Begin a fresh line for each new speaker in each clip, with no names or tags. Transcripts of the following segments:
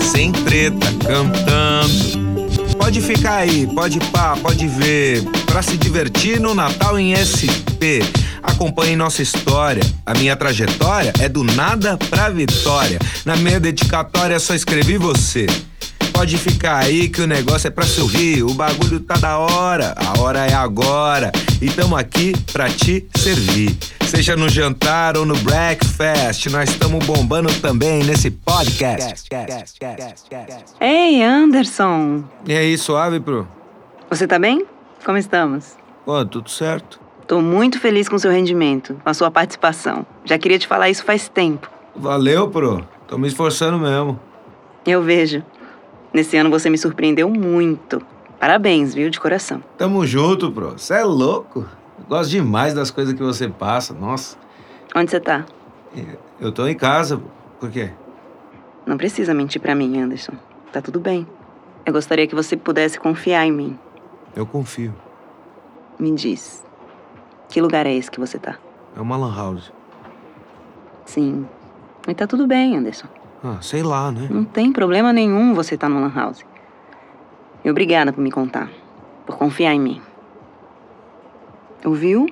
sem treta, cantando. Pode ficar aí, pode pá, pode ver, pra se divertir no Natal em SP. Acompanhe nossa história. A minha trajetória é do nada pra vitória. Na minha dedicatória só escrevi você. Pode ficar aí que o negócio é pra sorrir. O bagulho tá da hora, a hora é agora. E tamo aqui pra te servir. Seja no jantar ou no breakfast, nós estamos bombando também nesse podcast.
Ei, Anderson!
E aí, suave, pro?
Você tá bem? Como estamos?
Pô, tudo certo.
Tô muito feliz com seu rendimento, com a sua participação. Já queria te falar isso faz tempo.
Valeu, pro. Tô me esforçando mesmo.
Eu vejo. Nesse ano você me surpreendeu muito. Parabéns, viu, de coração.
Tamo junto, pro. Você é louco. Eu gosto demais das coisas que você passa, nossa.
Onde você tá?
Eu tô em casa. Por quê?
Não precisa mentir pra mim, Anderson. Tá tudo bem. Eu gostaria que você pudesse confiar em mim.
Eu confio.
Me diz, que lugar é esse que você tá?
É uma lan house.
Sim. E tá tudo bem, Anderson.
Ah, sei lá, né?
Não tem problema nenhum você estar tá numa lan house. E obrigada por me contar. Por confiar em mim. Ouviu?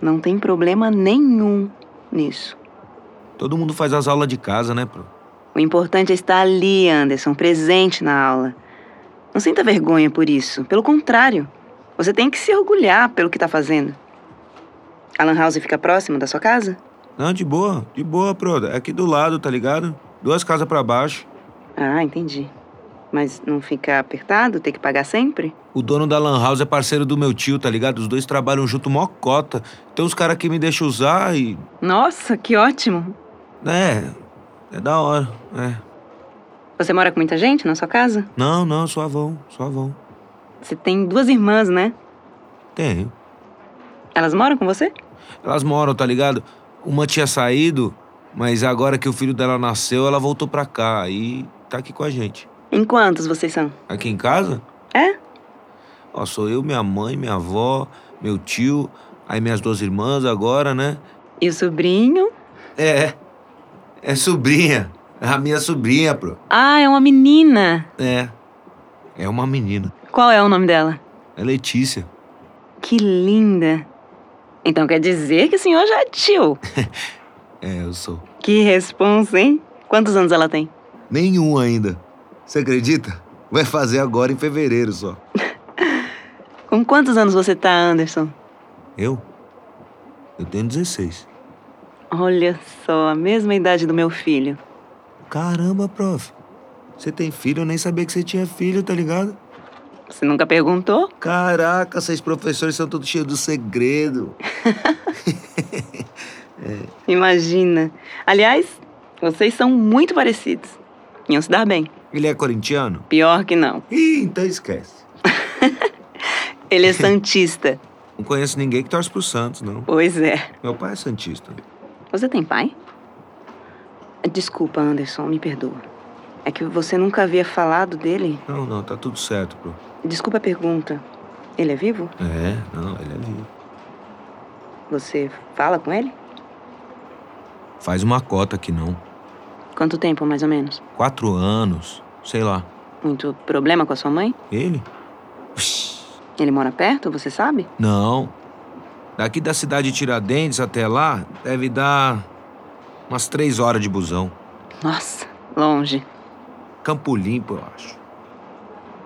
Não tem problema nenhum nisso.
Todo mundo faz as aulas de casa, né, Pro?
O importante é estar ali, Anderson, presente na aula. Não sinta vergonha por isso. Pelo contrário, você tem que se orgulhar pelo que está fazendo. A Lan House fica próximo da sua casa?
Não, de boa, de boa, Pro. É aqui do lado, tá ligado? Duas casas para baixo.
Ah, entendi. Mas não fica apertado ter que pagar sempre?
O dono da Lan House é parceiro do meu tio, tá ligado? Os dois trabalham junto mó cota. Tem uns caras que me deixam usar e.
Nossa, que ótimo!
É, é da hora, é.
Você mora com muita gente na sua casa?
Não, não, só avão, só avão.
Você tem duas irmãs, né?
Tenho.
Elas moram com você?
Elas moram, tá ligado? Uma tinha saído, mas agora que o filho dela nasceu, ela voltou pra cá e tá aqui com a gente.
Em quantos vocês são?
Aqui em casa?
É?
Ó, sou eu, minha mãe, minha avó, meu tio, aí minhas duas irmãs agora, né?
E o sobrinho?
É. É sobrinha. é A minha sobrinha, pro.
Ah, é uma menina.
É. É uma menina.
Qual é o nome dela?
É Letícia.
Que linda. Então quer dizer que o senhor já é tio?
é, eu sou.
Que responsa, hein? Quantos anos ela tem?
Nenhum ainda. Você acredita? Vai fazer agora em fevereiro só.
Com quantos anos você tá, Anderson?
Eu? Eu tenho 16.
Olha só, a mesma idade do meu filho.
Caramba, prof. Você tem filho, eu nem sabia que você tinha filho, tá ligado?
Você nunca perguntou?
Caraca, vocês professores são todos cheios de segredo.
é. Imagina. Aliás, vocês são muito parecidos. Iam se dar bem.
Ele é corintiano?
Pior que não.
Ih, então esquece.
Ele é santista.
Não conheço ninguém que torce pro Santos, não.
Pois é.
Meu pai é santista.
Você tem pai? Desculpa, Anderson, me perdoa. É que você nunca havia falado dele?
Não, não, tá tudo certo, pro.
Desculpa a pergunta. Ele é vivo?
É, não, ele é vivo.
Você fala com ele?
Faz uma cota que não.
Quanto tempo, mais ou menos?
Quatro anos, sei lá.
Muito problema com a sua mãe?
Ele?
Ele mora perto, você sabe?
Não. Daqui da cidade de Tiradentes até lá, deve dar umas três horas de busão.
Nossa, longe.
Campo Limpo, eu acho.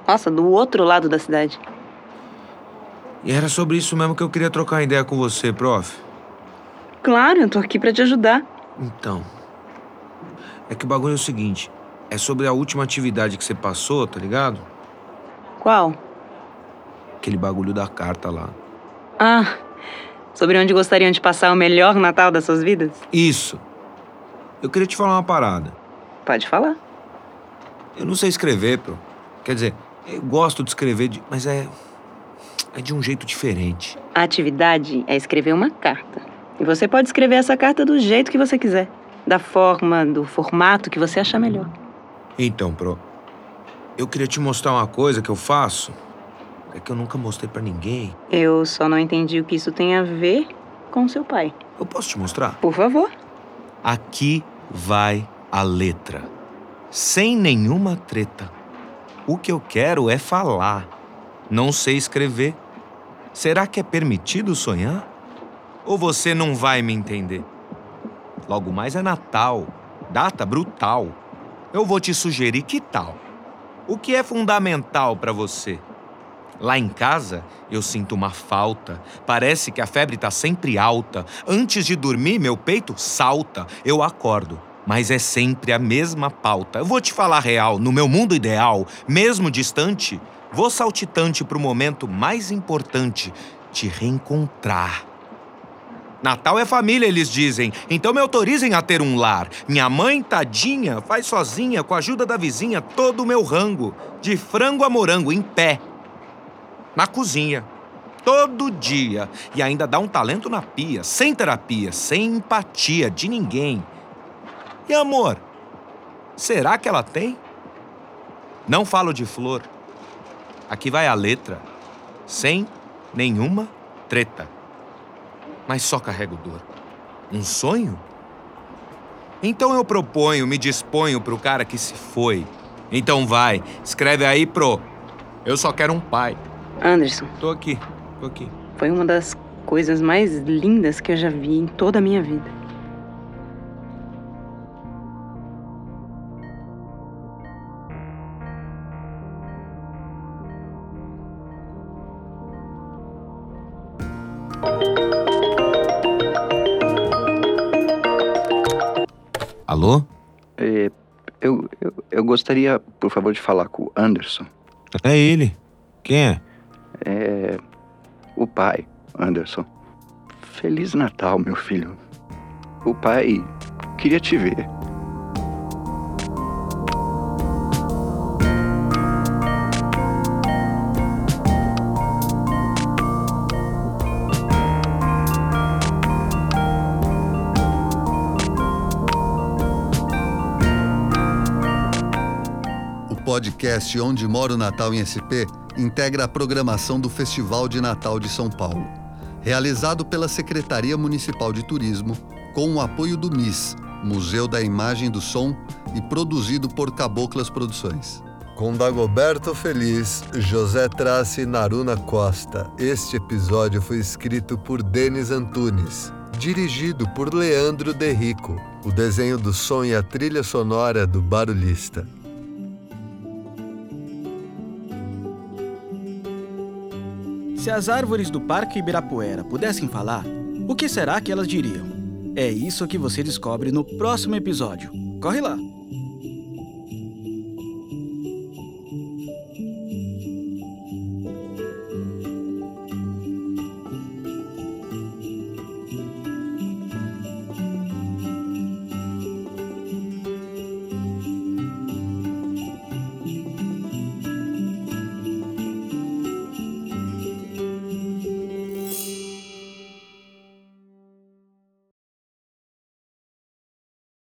Nossa, do outro lado da cidade.
E era sobre isso mesmo que eu queria trocar ideia com você, prof.
Claro, eu tô aqui para te ajudar.
Então. É que o bagulho é o seguinte: é sobre a última atividade que você passou, tá ligado?
Qual?
Aquele bagulho da carta lá.
Ah, sobre onde gostariam de passar o melhor Natal das suas vidas?
Isso. Eu queria te falar uma parada.
Pode falar.
Eu não sei escrever, pro. Quer dizer, eu gosto de escrever, de... mas é. É de um jeito diferente.
A atividade é escrever uma carta. E você pode escrever essa carta do jeito que você quiser. Da forma, do formato que você achar melhor.
Então, Pro, eu queria te mostrar uma coisa que eu faço. É que eu nunca mostrei para ninguém.
Eu só não entendi o que isso tem a ver com seu pai.
Eu posso te mostrar?
Por favor.
Aqui vai a letra. sem nenhuma treta. O que eu quero é falar. Não sei escrever. Será que é permitido sonhar? Ou você não vai me entender? Logo mais é Natal, data brutal. Eu vou te sugerir que tal? O que é fundamental para você? Lá em casa, eu sinto uma falta. Parece que a febre tá sempre alta. Antes de dormir, meu peito salta. Eu acordo, mas é sempre a mesma pauta. Eu vou te falar real, no meu mundo ideal, mesmo distante, vou saltitante pro momento mais importante: te reencontrar. Natal é família, eles dizem. Então me autorizem a ter um lar. Minha mãe, tadinha, faz sozinha, com a ajuda da vizinha, todo o meu rango. De frango a morango, em pé, na cozinha, todo dia, e ainda dá um talento na pia, sem terapia, sem empatia de ninguém. E amor, será que ela tem? Não falo de flor. Aqui vai a letra, sem nenhuma treta. Mas só carrego dor. Um sonho? Então eu proponho, me disponho pro cara que se foi. Então vai, escreve aí pro. Eu só quero um pai.
Anderson,
Tô aqui, tô aqui.
foi uma das coisas mais lindas que eu já vi em toda a minha vida.
Alô?
É, eu, eu, eu gostaria, por favor, de falar com o Anderson.
É ele. Quem é?
É. O pai, Anderson. Feliz Natal, meu filho. O pai queria te ver.
O podcast Onde Mora o Natal em SP integra a programação do Festival de Natal de São Paulo, realizado pela Secretaria Municipal de Turismo, com o apoio do MIS, Museu da Imagem e do Som, e produzido por Caboclas Produções. Com Dagoberto Feliz, José Trace e Naruna Costa, este episódio foi escrito por Denis Antunes, dirigido por Leandro Derrico. O desenho do som e a trilha sonora do Barulhista.
Se as árvores do Parque Ibirapuera pudessem falar, o que será que elas diriam? É isso que você descobre no próximo episódio. Corre lá!